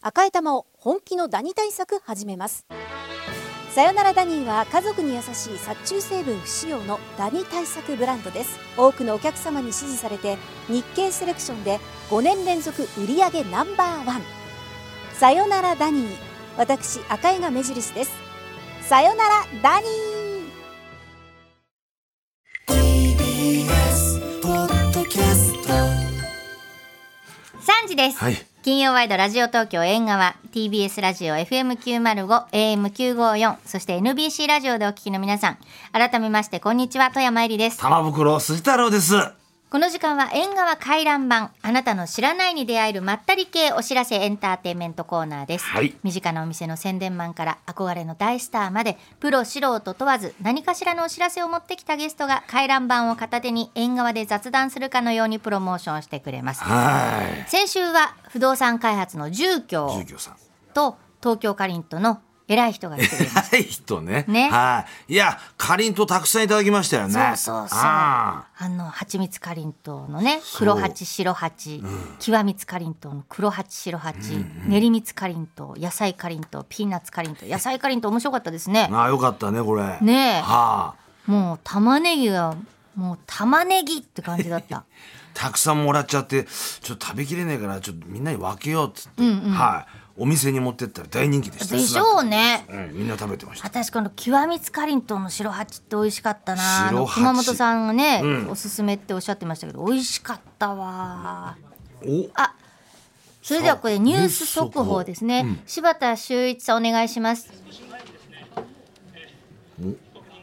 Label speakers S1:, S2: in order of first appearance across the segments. S1: 赤い玉を本気のダニ対策始めますさよならダニーは家族に優しい殺虫成分不使用のダニ対策ブランドです多くのお客様に支持されて日経セレクションで5年連続売上ナンバーワンさよならダニー私赤井が目印ですさよならダニー
S2: TBS ポッドキャスト
S3: 3時です、
S4: はい
S3: 金曜ワイドラジオ東京縁側 TBS ラジオ FM905 AM954 そして NBC ラジオでお聞きの皆さん改めましてこんにちは富山えりです
S4: 玉袋筋太郎です。
S3: この時間は縁側回覧版あなたの知らないに出会えるまったり系お知らせエンターテインメントコーナーです、
S4: はい
S3: 身近なお店の宣伝マンから憧れの大スターまでプロ素人問わず何かしらのお知らせを持ってきたゲストが回覧版を片手に縁側で雑談するかのようにプロモーションしてくれます
S4: は
S3: 先週は不動産開発の住居
S4: い。住居さん。
S3: と東京カリントの偉い人が来てくれま す
S4: はい、人ね。
S3: ね
S4: はい。いや、かりんとたくさんいただきましたよね。
S3: そうそうそう
S4: あ
S3: あの蜂蜜かりんとうのね黒蜂白蜂、極蜜かりんとうの黒蜂白蜂、練り蜜かりんとう野菜かりんとうピーナッツかりんとう野菜かりんとう面白かったですね
S4: あ。ああ、よかったね、これ。
S3: ねえ
S4: はあ。
S3: もう玉ねぎがもう玉ねぎって感じだ った。
S4: たくさんもらっちゃって、ちょっと食べきれないから、ちょっとみんなに分けようっつって。はい。お店に持ってったら大人気でした。
S3: でしょうね。
S4: スナック。うん、みんな食べてました。
S3: 私この極蜜かりんとうの白蜂って美味しかったなあ
S4: 白
S3: の
S4: 蜂
S3: 熊本さんがね、おすすめっておっしゃってましたけど美味しかったわ
S4: お、
S3: あそれではこれニュース速報ですね、柴田修一さんお願いします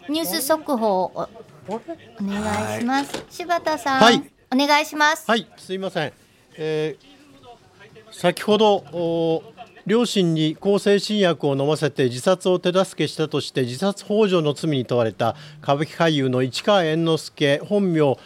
S3: ニュース速報をおお願いします柴田さん、
S5: はい
S3: お願いします、
S5: はい、すいません。えー先ほどお両親に向精神薬を飲ませて自殺を手助けしたとして自殺幇助の罪に問われた歌舞伎俳優の市川猿之助本名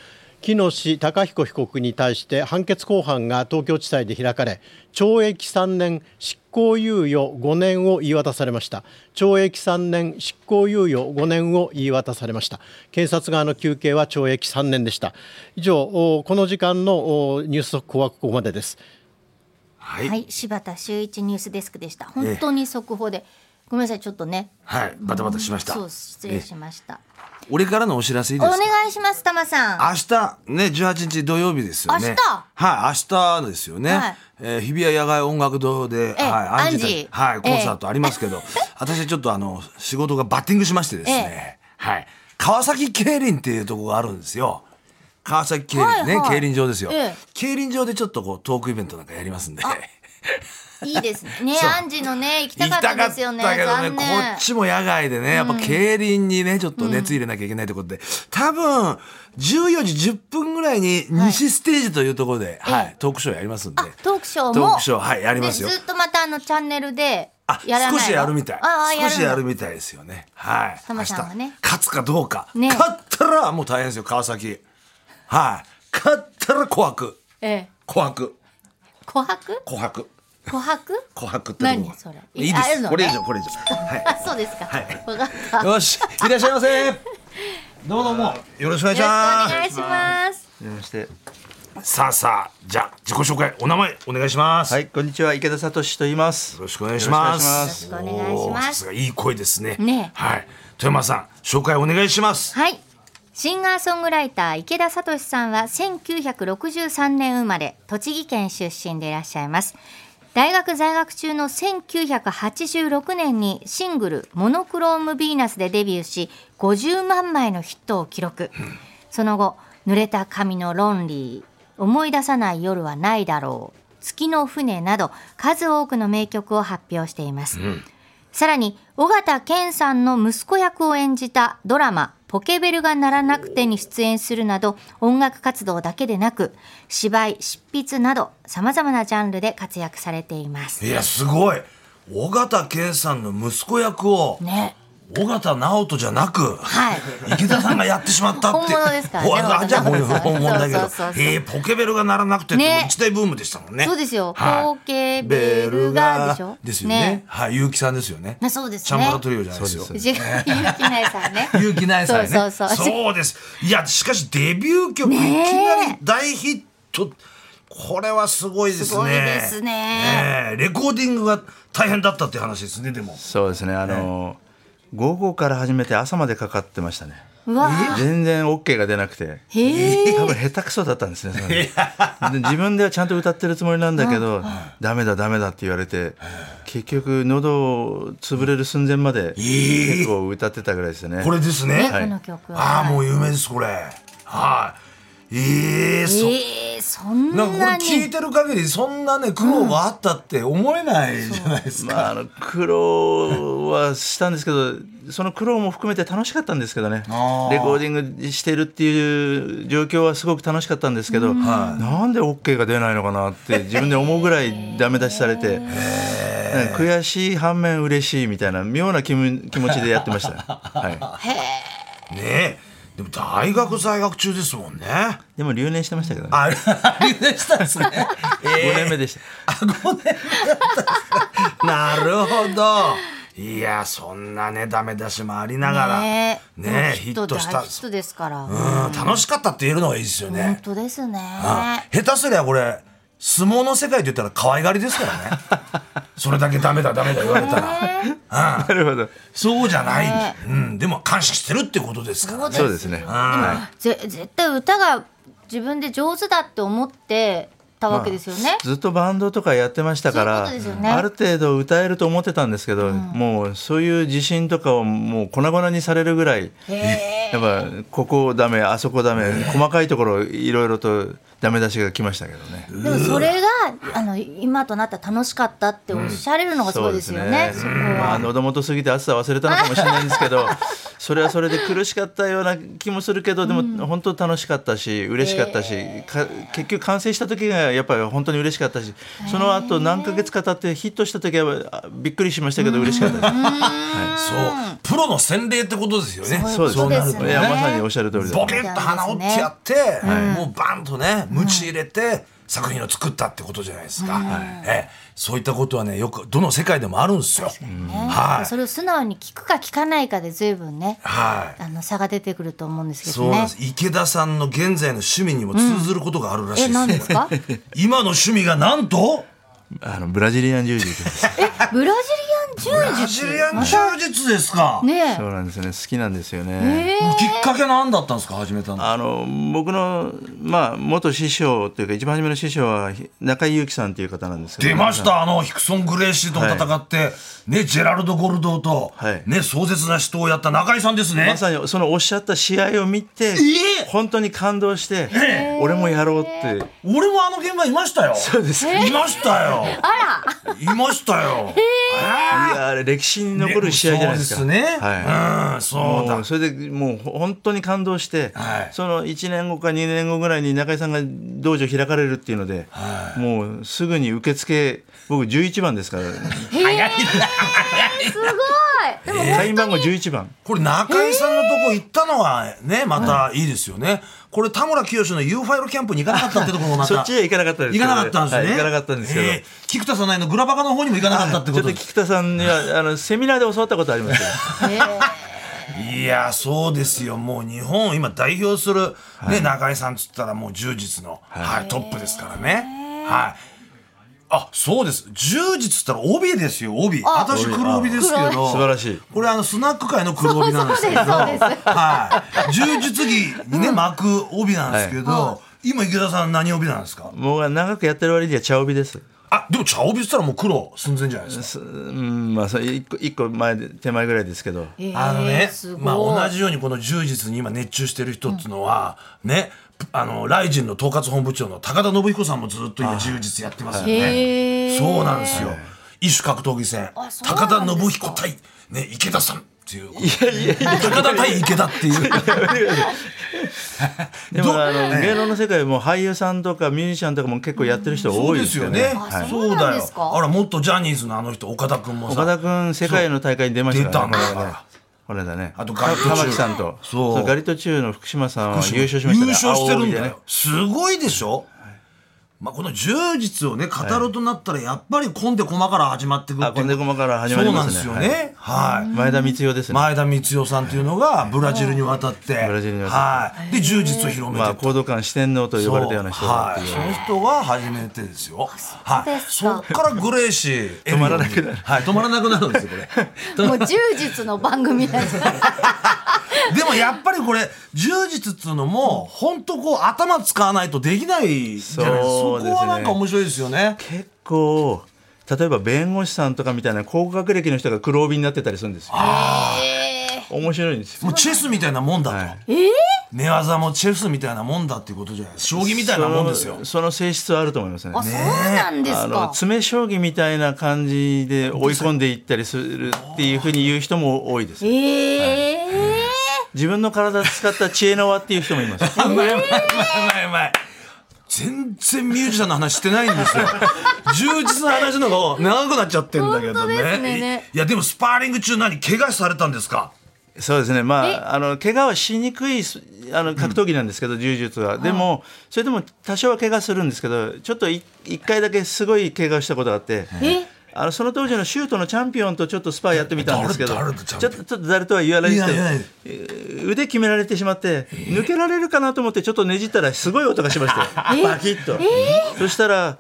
S5: 木下隆彦被告に対して判決公判が東京地裁で開かれ懲役3年執行猶予5年を言い渡されました懲役3年執行猶予5年を言い渡されました検察側の求刑は懲役3年でした以上おこの時間のおニュース速報はここまでです
S4: は。
S3: はいい、柴田修一ニュースデスクでした本当に速報でごめんなさいちょっとね
S4: はい。バタバタしました。
S3: そう失礼しました
S4: 俺からのお知らせいい
S3: お
S4: ですか
S3: 願いします玉さん
S4: 明日ね18日土曜日ですよね
S3: 明日
S4: はい明日ですよね、
S3: はい
S4: えー日比谷野外音楽堂で、
S3: ええ
S4: はい、
S3: アンジ
S4: たちはい、
S3: ええ
S4: コンサートありますけ ど、私はちょっとあの仕事がバッティングしましてですね、はい、川崎競輪っていうところがあるんですよ川崎競輪ね、
S3: はいはい
S4: 競輪場ですよ、
S3: ええ
S4: 競輪場でちょっとこうトークイベントなんかやりますんで。
S3: いいですねね
S4: そう
S3: アンジのね行き
S4: 行
S3: た
S4: き
S3: かった
S4: たか
S3: で
S4: っ
S3: すよね
S4: たけどね
S3: 残
S4: こ
S3: 念
S4: っちも野外でねやっぱ競輪にねちょっと熱入れなきゃいけないところで、多分14時10分ぐらいに西ステージというところで、はいトークショーやりますんで
S3: あトークショーも
S4: トークショーはいやり
S3: で
S4: ますよ
S3: ずっとまたあのチャンネルで
S4: あ
S3: やらないの
S4: 少しやるみたい
S3: ああ
S4: 少しや
S3: る
S4: るみたいですよねはい
S3: タマさんはね
S4: 明日勝つかどうか、
S3: ね
S4: 勝ったらもう大変ですよ川崎はい勝ったら琥珀
S3: ええ
S4: 琥珀
S3: 琥珀
S4: 琥珀
S3: 琥珀
S4: 琥珀ってとこが
S3: 何それ
S4: いいで
S3: あある
S4: す
S3: のね
S4: これ以上これ以上はい
S3: あそうですか
S4: はい
S3: わかったよろしく
S4: よし、いらっしゃいませ。どうぞもう、よろしくお願い
S3: お
S4: します。
S3: 願いします
S4: さあさあ、じゃあ、自己紹介、お名前、お願いします。
S6: は
S4: よ
S6: い、こんにちは、池田聡と言います。
S4: ろしくお願いしま
S6: よ
S4: す。
S3: ろしくお願いします
S4: おーさすがいい声ですね。
S3: ね
S4: はい、富山さん、紹介お願いします。
S3: はいシンガーソングライター池田聡さんは1963年生まれ栃木県出身でいらっしゃいます大学在学中の1986年にシングル「モノクローム・ヴィーナス」でデビューし50万枚のヒットを記録その後「濡れた髪のロンリー」「思い出さない夜はないだろう」「月の船」など数多くの名曲を発表しています、さらに尾形健さんの息子役を演じたドラマ「ポケベルが鳴らなくて」に出演するなど音楽活動だけでなく芝居執筆などさまざまなジャンルで活躍されています。
S4: いや、すごい。尾形健さんの息子役を、
S3: ね、
S4: 尾形直人じゃなく、
S3: はい
S4: 池田さんがやってしまったって。
S3: 本物ですからね
S4: ほらあじゃあ
S3: 本
S4: 本
S3: 物ですからね
S4: 物だけど
S3: そうそうそう。そう
S4: えーポケベルが鳴らなくてって
S3: ね
S4: 一大ブームでしたもんね。
S3: そうですよ
S4: はい
S3: ポケベルがでしょ
S4: ですよね。
S3: ね
S4: はい、結城さんですよね。
S3: まあそうですね
S4: チャンバラトリオじゃないですよ。
S3: 違う、ゆうきないさ んね。
S4: 結城奈々さんね。
S3: そうそうそう
S4: です。いや、しかしデビュー曲、いき
S3: ねえ
S4: なり大ヒット。これはすごいですね
S3: すごいですね
S4: ええレコーディングが大変だったっていう話ですねでも
S6: そうですねあの、午後から始めて朝までかかってましたね
S3: うわー
S6: 全然 OK が出なくて
S3: へえ
S6: 多分下手くそだったんですねそので自分ではちゃんと歌ってるつもりなんだけどダメだダメだって言われて結局喉潰れる寸前まで結構歌ってたぐらいですね
S4: これですね、
S6: はい
S3: この曲
S4: ああも
S3: う
S4: う有名ですこれはいええそう
S3: えー、そん
S4: なんか
S3: な
S4: これ聞い
S3: に
S4: てる限りそんなね苦労があったって思えないじゃないですか、
S6: まあ、あの苦労はしたんですけどその苦労も含めて楽しかったんですけどね
S4: あー
S6: レコーディングしてるっていう状況はすごく楽しかったんですけど、なんで OK が出ないのかなって自分で思うぐらいダメ出しされて、なんか悔しい反面嬉しいみたいな妙な気分気持ちでやってました、は
S4: ねえでも大学在学中ですもんね
S6: い、でも留年してましたけどね
S4: ああれでしたんですね、
S6: 5
S4: え
S6: 年目でした
S4: えなるほどいやそんなねダメ出しもありながらね
S3: ねえ
S4: え
S3: ヒ
S4: ヒ
S3: ッ
S4: ッ
S3: ト
S4: ト
S3: し
S4: したた
S3: ヒットですから、
S4: うん楽しかったって言えるのがいいですよ
S3: 本
S4: ね
S3: 当ですね
S4: うん下手すりゃこれ相撲の世界で言ったら可愛がりですからねそれだけダメだダメだ言われたら
S6: なるほど
S4: そうじゃない、うん、でも感謝してるってことですからね
S6: そうですね、はい
S3: ぜ絶対歌が自分で上手だって思ってたわけですよね、
S6: ずっとバンドとかやってましたから
S3: そういうことですよね
S6: ある程度歌えると思ってたんですけど、もうそういう自信とかをもう粉々にされるぐらいやっぱここダメあそこダメ細かいところいろいろとダメ出しが来ましたけどね。
S3: でもそれがあの今となったら楽しかったっておっしゃれるのがすごいですよね、そこ
S6: まあ
S3: は。
S6: 喉元過ぎて暑さ忘れたのかもしれないんです けどそれはそれで苦しかったような気もするけどでも本当楽しかったし嬉しかったし、か結局完成した時がやっぱり本当に嬉しかったしその後何ヶ月か経ってヒットした時はあびっくりしましたけど嬉しかったです。
S4: そうプロの洗礼ってことですよね
S3: そう
S6: そうです
S3: そうなると
S6: ね。
S3: ね
S6: いやまさにおっしゃる通りです。
S4: ボケッと鼻折ってやって、もうバンとね鞭入れて作品を作ったってことじゃないですか、ええそういったことはねよくどの世界でもあるんですよ、は
S3: そ
S4: い
S3: れを素直に聞くか聞かないかで随分ね
S4: はい
S3: あの差が出てくると思うんですけ
S4: そ
S3: ど
S4: うなん
S3: ね
S4: です。池田さんの現在の趣味にも通ずることがあるらしい
S3: え
S4: ですよ、
S3: 何です か
S4: 今の趣味がなんと
S6: あのブラジリアン柔術です。
S3: ブラジリアン
S4: ブ
S3: 柔
S4: ラジ
S3: 術
S4: リアン柔術ですか、
S3: ねえ
S6: そうなんですね。好きなんですよね。
S4: もうきっかけなんだったんですか始めたの
S6: あの僕のまあ元師匠というか一番初めの師匠はひ中井裕貴さんという方なんですけど。
S4: 出ましたあのヒクソン・グレイシーとも戦って、ねジェラルド・ゴルドーと、
S6: はい
S4: ね壮絶な死闘をやった中井さんですね、
S6: まさにそのおっしゃった試合を見て、
S4: ええ
S6: 本当に感動して、俺もやろうって。
S4: 俺もあの現場いましたよ。そうですいましたよ。あら。いましたよ。
S6: いやあれ歴史に残る試合じゃないですか。
S4: そうですね。
S6: はい。
S4: うん、そう
S6: も
S4: だ
S6: う。それでもう本当に感動して、
S4: はい
S6: その1年後か2年後ぐらいに中井さんが道場開かれるっていうので、もうすぐに受付僕11番ですから
S3: すごいでも
S6: 会員番号11番
S4: これ中井さんのとこ行ったのはね、またいいですよね。これ田村清の U ファイルキャンプに行かなかったってところもまた。
S6: そっちへ行かなかったです
S4: 行かなかったんですね。
S6: はい行かなかったんですけど、
S4: ええ菊田さんないのグラバカの方にも行かなかったって
S6: ちょ
S4: こ
S6: っ
S4: と
S6: と
S4: です
S6: 菊田さんにはあのセミナーで教わったことありますよ
S4: いやそうですよもう日本を今代表する、ね中井さんっつったらもう柔術の、はいトップですからねはいあそうです柔術っつったら帯ですよ帯私黒帯ですけど
S6: 素晴らしい
S4: これあのスナック界の黒帯なんですけど
S3: そうそうですそうです
S4: はい柔術着にね巻く帯なんですけど、今池田さん何帯なんですか
S6: もう長くやってる割には茶帯です
S4: あでも茶帯っつったらもう黒寸前じゃないですか
S6: すうんまあそれ一個一個前で手前ぐらいですけど
S4: あのね、
S3: すごい
S4: まあ、同じようにこの柔術に今熱中してる人っていうのは、ねあのライジンの統括本部長の高田信彦さんもずっと今柔術やってますよねそうなんですよ異種格闘技戦
S3: そう
S4: 高
S3: な
S4: 田
S3: んです
S4: 信彦対、ね、池田さんっていう高田対池田っていう
S6: でも
S4: ど
S6: あの芸能の世界も俳優さんとかミュージシャンとかも結構やってる人
S4: そ
S6: 多
S4: うで
S6: いですす
S4: よ
S6: よ
S4: ね
S6: ね
S3: あ
S6: はい、
S3: そうなんですか
S4: あらもっとジャニーズのあの人岡田君もさ
S6: 岡田君世界の大会に出ましたからね
S4: そう出たんだ
S6: これねこれだね
S4: あとガリットチュー
S6: 玉木さんと
S4: そう
S6: ガリット中の福島さんは優勝しましたね
S4: 優勝してるんだ
S6: 青帯でね
S4: よすごいでしょまあ、この充実をね語るとなったらやっぱりコンデコマから始まってくる
S6: あコンデコマから始まりますね
S4: そうなんですよねはい、
S6: 前田光代ですね、
S4: 前田光代さんというのがブラジルに渡って、
S6: ブラジルに渡
S4: はい、で充実を広め
S6: ま
S4: て
S6: あ、
S4: った
S6: 行動官四天王と呼ばれたような人
S4: そう
S6: だっ
S4: は
S6: て
S4: い、
S6: いう
S4: その人が初めてですよ。はい
S3: で、す
S4: そ
S3: か
S4: っからグレーシー、
S6: 止まらなくなる
S4: はい、止まらなくなるんですよ、これ。
S3: もう充実の番組なんです
S4: でもやっぱりこれ充実っつうのも本当こう頭使わないとできないじゃないですか
S6: そ
S4: そう
S6: です
S4: こ
S6: ね
S4: はなんか面白いですよね。
S6: 結構例えば弁護士さんとかみたいな高学歴の人が黒帯になってたりするんですよ面白いんですよ
S4: もうチェスみたいなもんだと。寝技もチェスみたいなもんだっていうことじゃないですか将棋みたいなもんですよ
S6: その。その性質はあると思いますね
S3: あ、そうなんです
S6: あの
S3: か。
S6: 詰め将棋みたいな感じで追い込んでいったりするっていうふうに言う人も多いです
S3: ええ
S6: 自分の体使った知恵の輪っていう人もいます
S4: うまいうまいうまいうまい。全然ミュージシャンの話してないんですよ。充実の話の方が長くなっちゃってんだけど
S3: 本当で
S4: ね。
S3: すね
S4: いいやでもスパーリング中何怪我されたんですか。
S6: そうですね、まあ、あの怪我はしにくいすあの格闘技なんですけど、柔術は、でも、それでも多少は怪我するんですけど、ちょっとい一回だけすごい怪我をしたことがあって、
S3: え
S6: あのその当時のシュートのチャンピオンとちょっとスパーやってみたんですけど、ち
S4: 誰
S6: ょ
S4: 誰とチャン
S6: っ
S4: ピオ
S6: と
S4: ン
S6: ちょっと誰とは言わないですけ
S4: い
S6: ど
S4: やいやいや、
S6: えー腕決められてしまって、抜けられるかなと思って、ちょっとねじったら、すごい音がしましたよ、バキッと。そしたら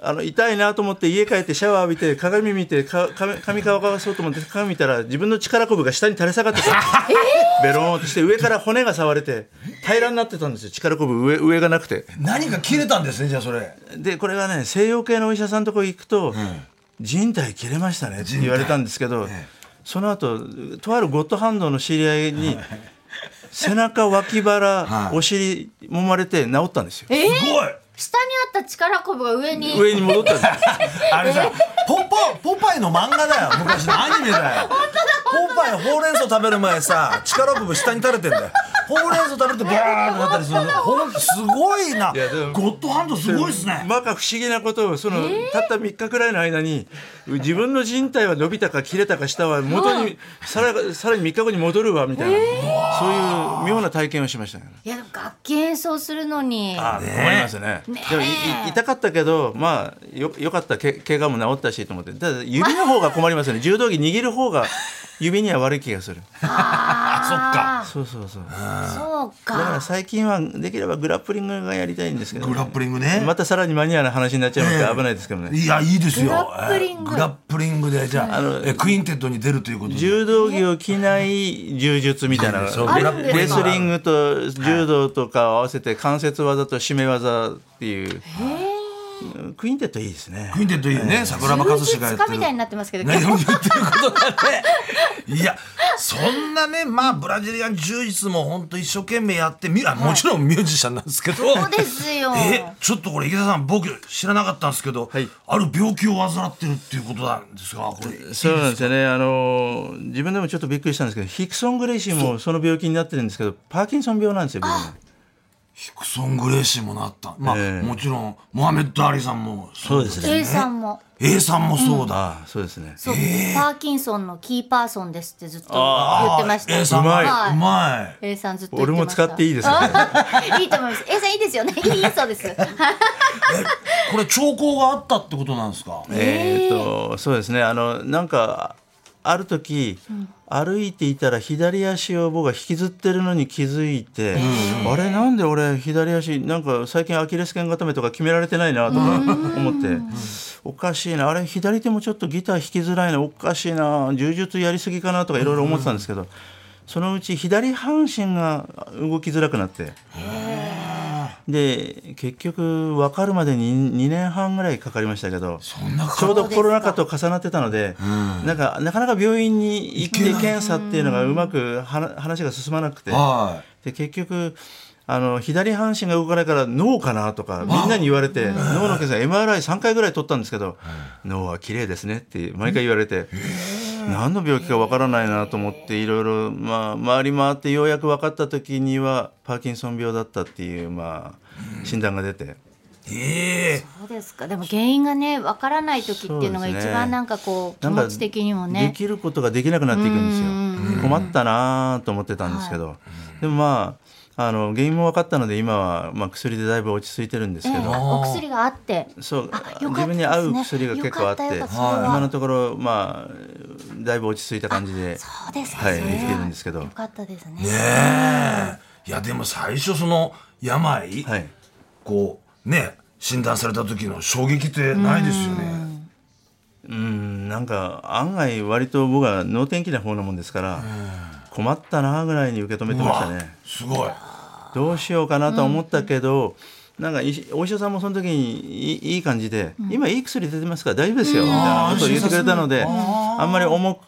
S6: あの痛いなと思って家帰ってシャワー浴びて鏡見てか髪髪乾かそうと思って鏡見たら自分の力こぶが下に垂れ下がってた、ベローンってして上から骨が触れて平らになってたんですよ力こぶ上上がなくて
S4: 何か切れたんですねじゃあそれ。
S6: でこれがね西洋系のお医者さんとこ行くと、人体切れましたねって言われたんですけど、その後とあるゴッドハンドの知り合いに背中脇腹、
S4: はい
S6: お尻揉まれて治ったんですよ
S3: え
S4: すごい。
S3: 下にあった力こぶが上に。
S6: 上に戻ったんですよ
S4: あれさポパポパイの漫画だよ昔のアニメだ よ。ポパイほうれん草食べる前さ力こぶ下に垂れてんだよ。ほうれん草食べるとビャーってなったりする。ほんすごいな。ゴ
S6: いやでも
S4: ッドハンドすごいですね。
S6: まか不思議なことをその、たった3日くらいの間に自分の人体は伸びたか切れたかしたは元にさらさらに3日後に戻るわみたいな、そういう妙な体験をしましたね。
S3: いや、でも楽器演奏するのに。
S6: あ
S4: ねえ
S6: 困りますねでもいい痛かったけどまあよよかったけ怪我も治ったしと思ってただ指の方が困りますね柔道着握る方が指には悪い気がする
S3: あ
S6: そうそうそうだ
S3: あ、そう
S6: から
S3: か。
S6: 最近はできればグラップリングがやりたいんですけど、
S4: グラップリングね。
S6: またさらにマニアな話になっちゃいますから危ないですけどね
S4: いやいいですよ。
S3: グラップリング
S4: えーグラップリングでじゃあ
S6: あの
S4: えークインテッドに出るということで。
S6: 柔道着を着ない柔術みたいな
S4: そう
S3: あるんですか
S6: レレスリングと柔道とかを合わせて関節技と締め技っていううんクインテットいいですね
S4: クインテッドいいよね。桜庭和
S3: 充
S4: 志がや
S3: 実
S4: って
S3: 家
S4: る。
S3: みたいになってますけど。
S4: 何
S3: 結
S4: を
S3: 構
S4: 言ってることだね。いや、そんなね、まあ、ブラジリアン柔術も本当一生懸命やって、みあもちろんミュージシャンなんですけど。
S3: そうですよ。
S4: え、ちょっとこれ池田さん、僕知らなかったんですけど、
S6: はい
S4: ある病気を患ってるっていうことなんですが、これ。
S6: そうなんですよねあの自分でもちょっとびっくりしたんですけどヒクソン・グレイシーもその病気になってるんですけどパーキンソン病なんですよ僕も
S4: ヒクソン・グレイシーもなった。まあ、
S6: ええ
S4: もちろん、モハメッド・アリさんもそうです。
S3: A さんも。
S4: A さんもそうだ。
S6: ああそうですね
S3: そう、パーキンソンのキーパーソンですってずっと言ってました。
S4: A さん
S3: は
S4: うまい。
S3: A さんずっと言って
S6: 俺
S3: ました。
S6: も使っていいですね
S3: いいと思います。A さんいいですよね。 いいそうです。
S4: これ兆候があったってことなんですか。
S6: えー、とそうですねあのなんかある時、歩いていたら左足を僕が引きずってるのに気づいて、あれなんで俺左足なんか最近アキレス腱固めとか決められてないなとか思って、おかしいなあれ左手もちょっとギター弾きづらいなおかしいな柔術やりすぎかなとかいろいろ思ってたんですけど、そのうち左半身が動きづらくなって。で結局分かるまでに2年半ぐらいかかりましたけど
S4: そんな
S6: ちょうどコロナ禍と重なってたので、なんかなかなか病院に行って検査っていうのがうまくはな話が進まなくて、
S4: は
S6: で結局あの左半身が動かないから脳かなとかみんなに言われて脳の検査 MRI3 回ぐらい取ったんですけど脳は綺麗ですねって毎回言われて何の病気かわからないなと思っていろいろまあ回り回ってようやく分かった時にはパーキンソン病だったっていうまあ診断が出て。
S4: い。ええ
S3: そうですか。でも原因がね、わからない時っていうのが一番なんかこう、気
S6: なんか
S3: 持ち的にも
S6: で
S3: ね。
S6: きることができなくなっていくんですよ困ったなと思ってたんですけど、でもまああの原因も分かったので今は、まあ、薬でだいぶ落ち着いてるんです
S3: え
S6: け
S3: え
S6: ど、
S3: お薬があって
S6: そ
S3: あよ
S6: う
S3: かったですね
S6: 自分に合う薬が結構あって
S3: よかったよかった
S6: はい今のところ、まあ、だいぶ落ち着いた感じで
S3: そうですか、
S6: はい、
S3: それ
S6: できてるんですけど
S3: よ。かったですね
S4: ねえいやでも最初その病、
S6: はい
S4: こうね診断された時の衝撃ってないですよね。
S6: うんなんか案外割と僕は能天気な方なもんですから困ったなぐらいに受け止めて
S4: う
S6: まし
S4: わ
S6: たね
S4: すごい。
S6: どうしようかなとは思ったけど、なんかいお医者さんもその時にいいいい感じで、今いい薬出てますから大丈夫ですよみたいなことを言ってくれたのであんまり重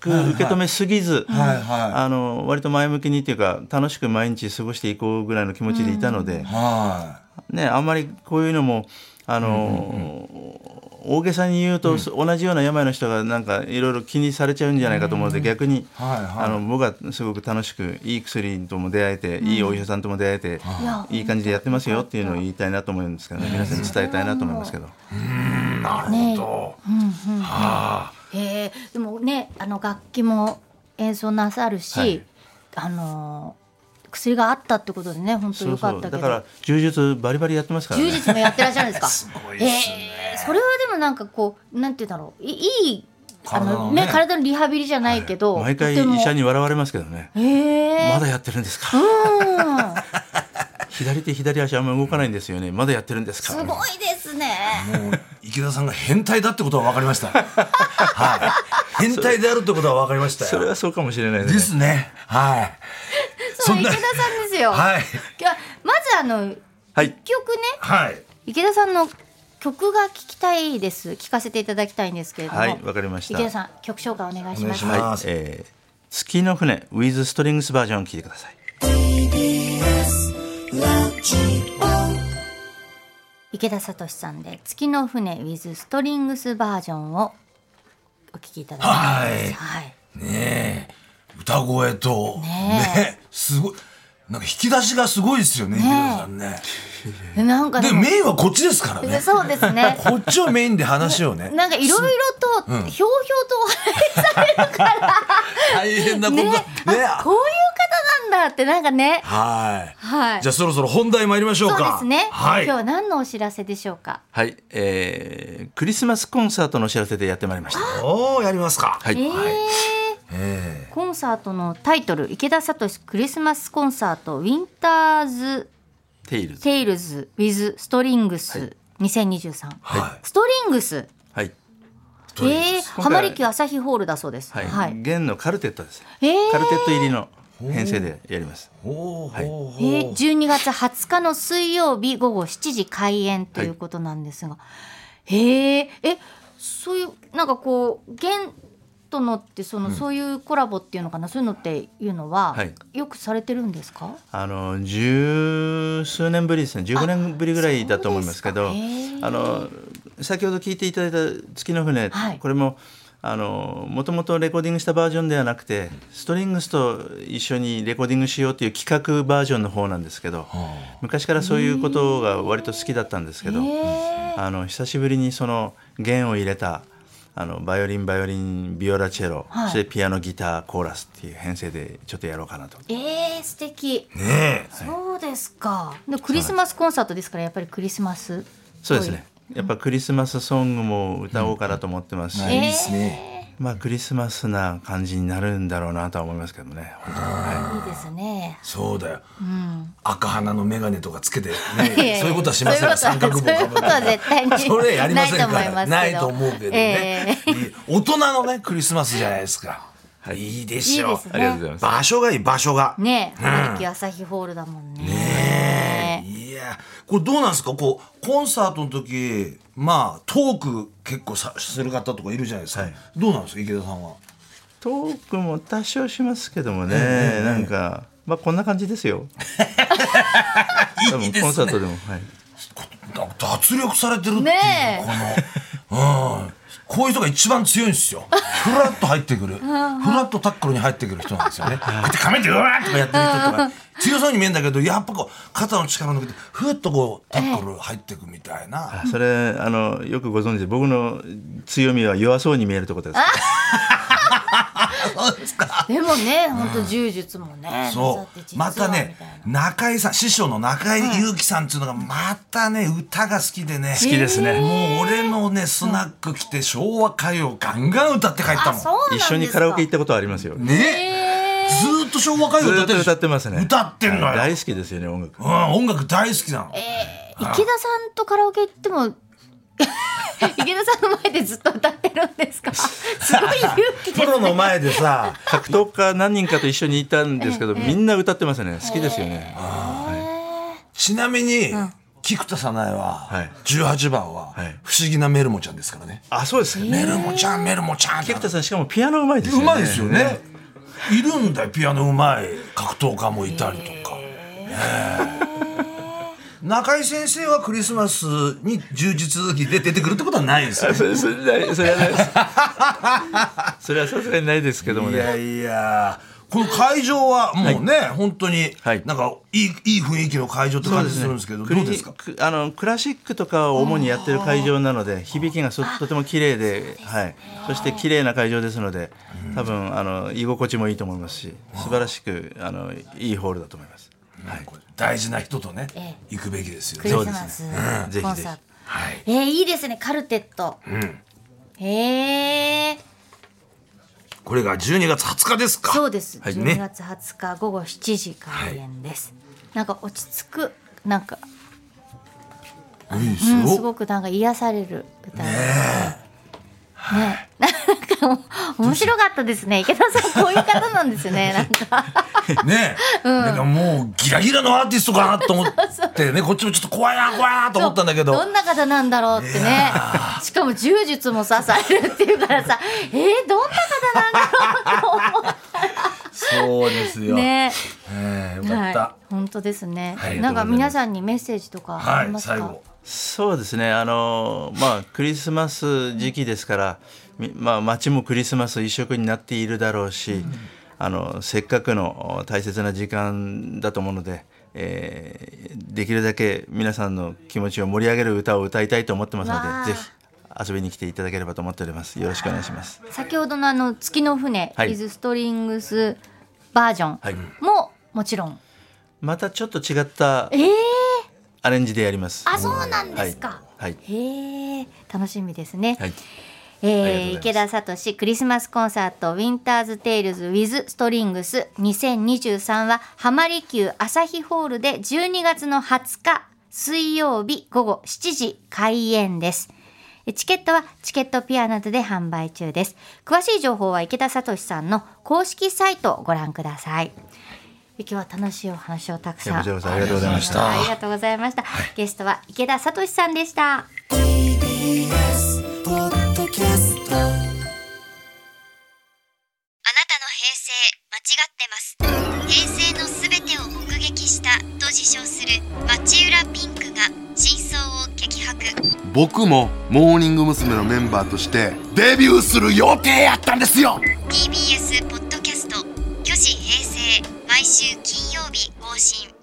S6: く受け止めすぎず、
S4: はいはい
S6: あの割と前向きにっていうか楽しく毎日過ごしていこうぐらいの気持ちでいたので、
S4: は
S6: ね、あんまりこういうのもあの、大げさに言うと、同じような病の人がなんかいろいろ気にされちゃうんじゃないかと思うので、逆に、
S4: はいはい
S6: あの僕はすごく楽しくいい薬とも出会えて、いいお医者さんとも出会えて、いい感じでやってますよっていうのを言いたいなと思うんですけどね皆さんに伝えたいなと思いますけど。
S4: い。なるほど。はあ。
S3: へえでもねあの楽器も演奏なさるし、
S6: はい
S3: あの薬があったってことでね本当
S6: そ
S3: よ
S6: う
S3: か
S6: そ
S3: っ
S6: う
S3: たけ
S6: だ
S3: ど
S6: から柔術バリバリやってますから
S3: 充
S6: ね。
S3: 実もやってらっしゃるん ですか
S4: ごいっすね
S3: えーそれはでもなんかこうなんて言うんだろういいいあ
S4: 体
S3: の
S4: の
S3: ね
S4: ね
S3: 体のリハビリじゃないけど、
S6: 毎回
S3: とても
S6: 医者に笑われますけどね。
S3: へえ
S6: まだやってるんですか。左手左足あんま動かないんですよね。まだやってるんですか。
S3: すごいですね
S4: もう池田さんが変態だってことは分かりました。はい。変態であるってことは分かりました
S6: それ
S4: よ。
S6: はそうかもしれない
S4: で
S6: で
S4: す
S6: ね。
S4: すね。はい。
S3: そ
S4: そ
S3: うん池
S4: な
S3: 田さんですよ、
S4: はい。
S3: 今日はまずあの
S6: はい。
S3: 一曲ね
S4: はい。
S3: 池田さんの曲が聞きたいです聞かせていただきたいんですけれども
S6: はいわかりました
S3: 池田さん曲紹介お願いし
S4: お願
S3: ま
S4: い
S3: す
S4: します
S6: はい、えー、月の船 with ストリングスバージョン聞いてください。
S3: 池田聡さんで月の船 with ストリングスバージョンをお聞きいただきますはい
S4: ねえ歌声と
S3: ねえ
S4: ねすごいなんか引き出しがすごいですよね池田さんね
S3: えなんかで
S4: で
S3: も
S4: メインはこっちですからね
S3: そうですね
S4: こっちをメインで話をね
S3: なんかいろいろとひょうひょうとお話しされるから
S4: 大変なこと
S3: ね
S4: だ ね
S3: あこういう方なんだってなんかね
S4: はい
S3: はい
S4: じゃあそろそろ本題参りましょう
S3: そう
S4: か
S3: ですね
S4: は
S3: 今
S4: い
S3: 日は何のお知らせでしょうか
S6: はい、えー、クリスマスコンサートのお知らせでやってまいりました。は
S4: おおやりますか
S6: い、
S3: えー
S6: はい、
S4: え
S3: コンサートのタイトル池田聡クリスマスコンサートウィンターズ・
S6: テイルズ。
S3: テイルズ・ウィズ・ストリングス2023、
S4: えは
S3: ストリングス
S6: はい、
S4: いどういう
S3: えー、
S6: 回
S3: 浜離宮朝日ホールだそうです。
S6: はい、
S3: はい。
S6: 弦のカルテットです。
S3: えー
S6: カルテット入りの編成でやります。
S4: ほうほう
S3: えー、
S4: ほう
S3: 12月20日の水曜日午後7時開演ということなんですが、えー、えそういうなんかこう弦とのってその、そういうコラボっていうのかなそういうのっていうのは、
S6: はい
S3: よくされてるんですか
S6: あの十数年ぶりですね15年ぶりぐらいだと思いますけ
S3: あ
S6: どあ
S3: そうですかへー
S6: の先ほど聞いていただいた「月の船」
S3: はい
S6: これもあのもともとレコーディングしたバージョンではなくてストリングスと一緒にレコーディングしようという企画バージョンの方なんですけど昔からそういうことが割と好きだったんですけどあの久しぶりにその弦を入れたあのバイオリンバイオリンビオラチェロ、
S3: はい
S6: そしてピアノギターコーラスっていう編成でちょっとやろうかなと。
S3: えー、素敵
S4: ねえ
S3: そうですかでクリスマスコンサートですからやっぱりクリスマス
S6: そうですね。やっぱクリスマスソングも歌おうかなと思ってますし、
S4: いいですね
S6: まあクリスマスな感じになるんだろうなとは思いますけどね。本当にはい
S3: いいですね
S4: そうだよ赤鼻の眼鏡とかつけてね
S3: いやいや
S4: そういうことはしませんよ
S3: そういう
S4: 三
S3: ことは
S4: 角帽かぶって
S3: そういうことは絶対に
S4: それやりませんか
S3: ないと思いま
S4: ら
S3: すけど
S4: ないと思うけどね
S3: え
S4: いい大人のねクリスマスじゃないですかいいで
S3: いい
S4: し
S3: で
S4: ょ
S3: す
S6: ありがとうご
S3: ね
S6: ざいます。
S4: 場所がいい場所が
S3: ねえ浜離宮朝日ホールだもんね
S4: いやこれどうなんですかこうコンサートの時まあトーク結構さする方とかいるじゃないですか
S6: はい
S4: どうなんですか池田さんは
S6: トークも多少しますけどもね、なんかまあこんな感じですよ。多分コンサートでも、はい、
S4: こなんか脱力されてるっていう
S3: ねえ
S4: このうんこういう人が一番強いんですよふらっと入ってくるふらっとタックルに入ってくる人なんですよねこうやって仮面でうわーとかやってる人とか強そうに見えんだけどやっぱこう肩の力抜けてふっとこうタックル入ってくみたいな
S6: それあのよくご存知で僕の強みは弱そうに見えるところです。
S3: でもね、本当柔術もね。
S4: そうまたね中井さん師匠の中井祐樹さんっていうのがまたね歌が好きでね
S6: 好きですね、
S4: もう俺のねスナック来て昭和歌謡ガンガン歌って帰った
S3: あ、
S4: もん
S3: そうなんで
S6: 一
S3: すか。
S6: 緒にカラオケ行ったことはありますよ、
S4: ねずーっと昭和歌謡歌
S6: ずっ
S4: って
S6: と
S4: る
S6: 歌ってますね
S4: 歌ってんのよ
S6: はい大好きですよね音楽
S4: うん音楽大好きなの
S3: 池田さんとカラオケ行って も池田さんの前でずっと歌ってるんですかすごい勇気です
S4: プロの前で さ
S6: 格闘家何人かと一緒にいたんですけどみんな歌ってますね好きですよね
S4: ちなみに菊田早苗は
S6: はい
S4: 18番は
S6: はい
S4: 不思議なメルモちゃんですからね
S6: あそうですかね
S4: メルモちゃんメルモちゃんって
S6: 菊田さんしかもピアノうまいですよ
S4: う
S6: ね
S4: まいですよねいるんだよピアノうまい格闘家もいたりとか、ねえ中井先生はクリスマスに柔術着で出てくるってことはないですよね
S6: それそれないそれはないですそれはさすがにないですけども
S4: い
S6: ね
S4: やいやこの会場はもうね、本当に
S6: はい
S4: なんかいいいい雰囲気の会場って感じするんですけど、
S6: ク
S4: ど
S6: リ
S4: うですか
S6: くあのクラシックとかを主にやってる会場なので響きがそとても綺麗ではい、そして綺麗な会場ですので多分あの居心地もいいと思いますし素晴らしくあのいいホールだと思います。
S4: はいこれ大事な人とね、
S3: え
S4: 行くべきですよ
S3: ク
S4: ね
S3: リ
S6: そ
S3: ス
S6: うで
S3: マ
S6: す
S3: ス
S6: うんぜひぜひ
S3: コンサート。
S4: はい
S3: えー、いいですねカルテット。えー
S4: これが12月20日ですか
S3: そうです。
S4: はい
S3: 12
S4: ね
S3: 月20日午後7時開演です。なんか落ち着くなんか、
S4: うん
S3: う
S4: す
S3: ん、
S4: ごっ
S3: すごくなんか癒される歌です。ね、なんか面白かったです ね。池田さんこういう方なんですよね。なんか
S4: ねえ、だからもうギラギラのアーティストかなと思ってねこっちもちょっと怖いな怖いなと思ったんだけ
S3: ど
S4: ど
S3: んな方なんだろうってねしかも柔術もさされるっていうか らさえー、どんな
S4: そうですよ、
S3: 方ね
S4: ええよか
S3: は
S4: った、
S3: い本当ですね、
S4: はい
S3: なんか
S4: ありがとうございま
S3: 皆
S4: す
S3: さんにメッセージとかあ
S4: は
S3: り
S4: い、
S3: ますか、
S4: 最後
S6: そうですねあのまあクリスマス時期ですから、みまあ、街もクリスマス一色になっているだろうし、あのせっかくのお大切な時間だと思うので、えーできるだけ皆さんの気持ちを盛り上げる歌を歌いたいと思ってます
S3: わあ
S6: のでぜひ遊びに来ていただければと思っておりますよろしくお願いします
S3: 先ほどのあの月の船、
S6: はい
S3: イズストリングスバージョン
S6: はい
S3: ももちろん、
S6: またちょっと違った
S3: えー、
S6: アレンジでやります
S3: あそうなんですか、
S6: はい、
S3: へえ楽しみですね、
S6: はいありがとう
S3: え
S6: ござい
S3: ー、
S6: ます
S3: 池田聡クリスマスコンサート「ウィンターズ・テイルズ・ウィズ・ストリングス2023」は浜離宮朝日ホールで12月の20日水曜日午後7時開演ですえチケットはチケットピアなどで販売中です詳しい情報は池田聡さんの公式サイトをご覧ください今日は楽しいお話をたくさん
S6: いやこちらこそありがとうございました
S3: ありがとうございました、ゲストは池田聡さんでした
S2: あなたの平成間違ってます平成のすべてを目撃したと自称する町浦ピンクが真相を激白
S7: 僕もモーニング娘。のメンバーとしてデビューする予定やったんですよ
S2: TBS ポッドキャスト「巨子平成」毎週金曜日更新